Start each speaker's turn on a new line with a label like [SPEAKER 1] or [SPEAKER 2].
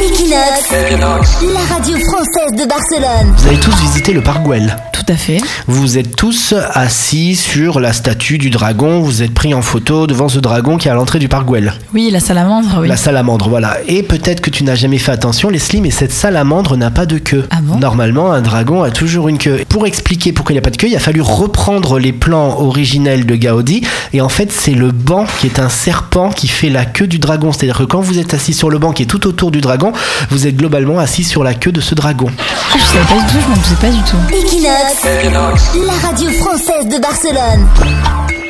[SPEAKER 1] Equinox, la radio française de Barcelone.
[SPEAKER 2] Vous avez tous visité le parc Güell.
[SPEAKER 3] Tout à fait.
[SPEAKER 2] Vous êtes tous assis sur la statue du dragon. Vous êtes pris en photo devant ce dragon qui est à l'entrée du parc Güell.
[SPEAKER 3] Oui, la salamandre, oui.
[SPEAKER 2] La salamandre, voilà. Et peut-être que tu n'as jamais fait attention, Leslie, mais cette salamandre n'a pas de queue.
[SPEAKER 3] Ah bon
[SPEAKER 2] Normalement, un dragon a toujours une queue. Pour expliquer pourquoi il n'a pas de queue, il a fallu reprendre les plans originels de Gaudi. Et en fait, c'est le banc qui est un serpent qui fait la queue du dragon. C'est-à-dire que quand vous êtes assis sur le banc qui est tout autour du dragon, vous êtes globalement assis sur la queue de ce dragon.
[SPEAKER 3] Ah, je savais pas du tout, je m'en doutais pas du tout.
[SPEAKER 1] Equinox, la radio française de Barcelone.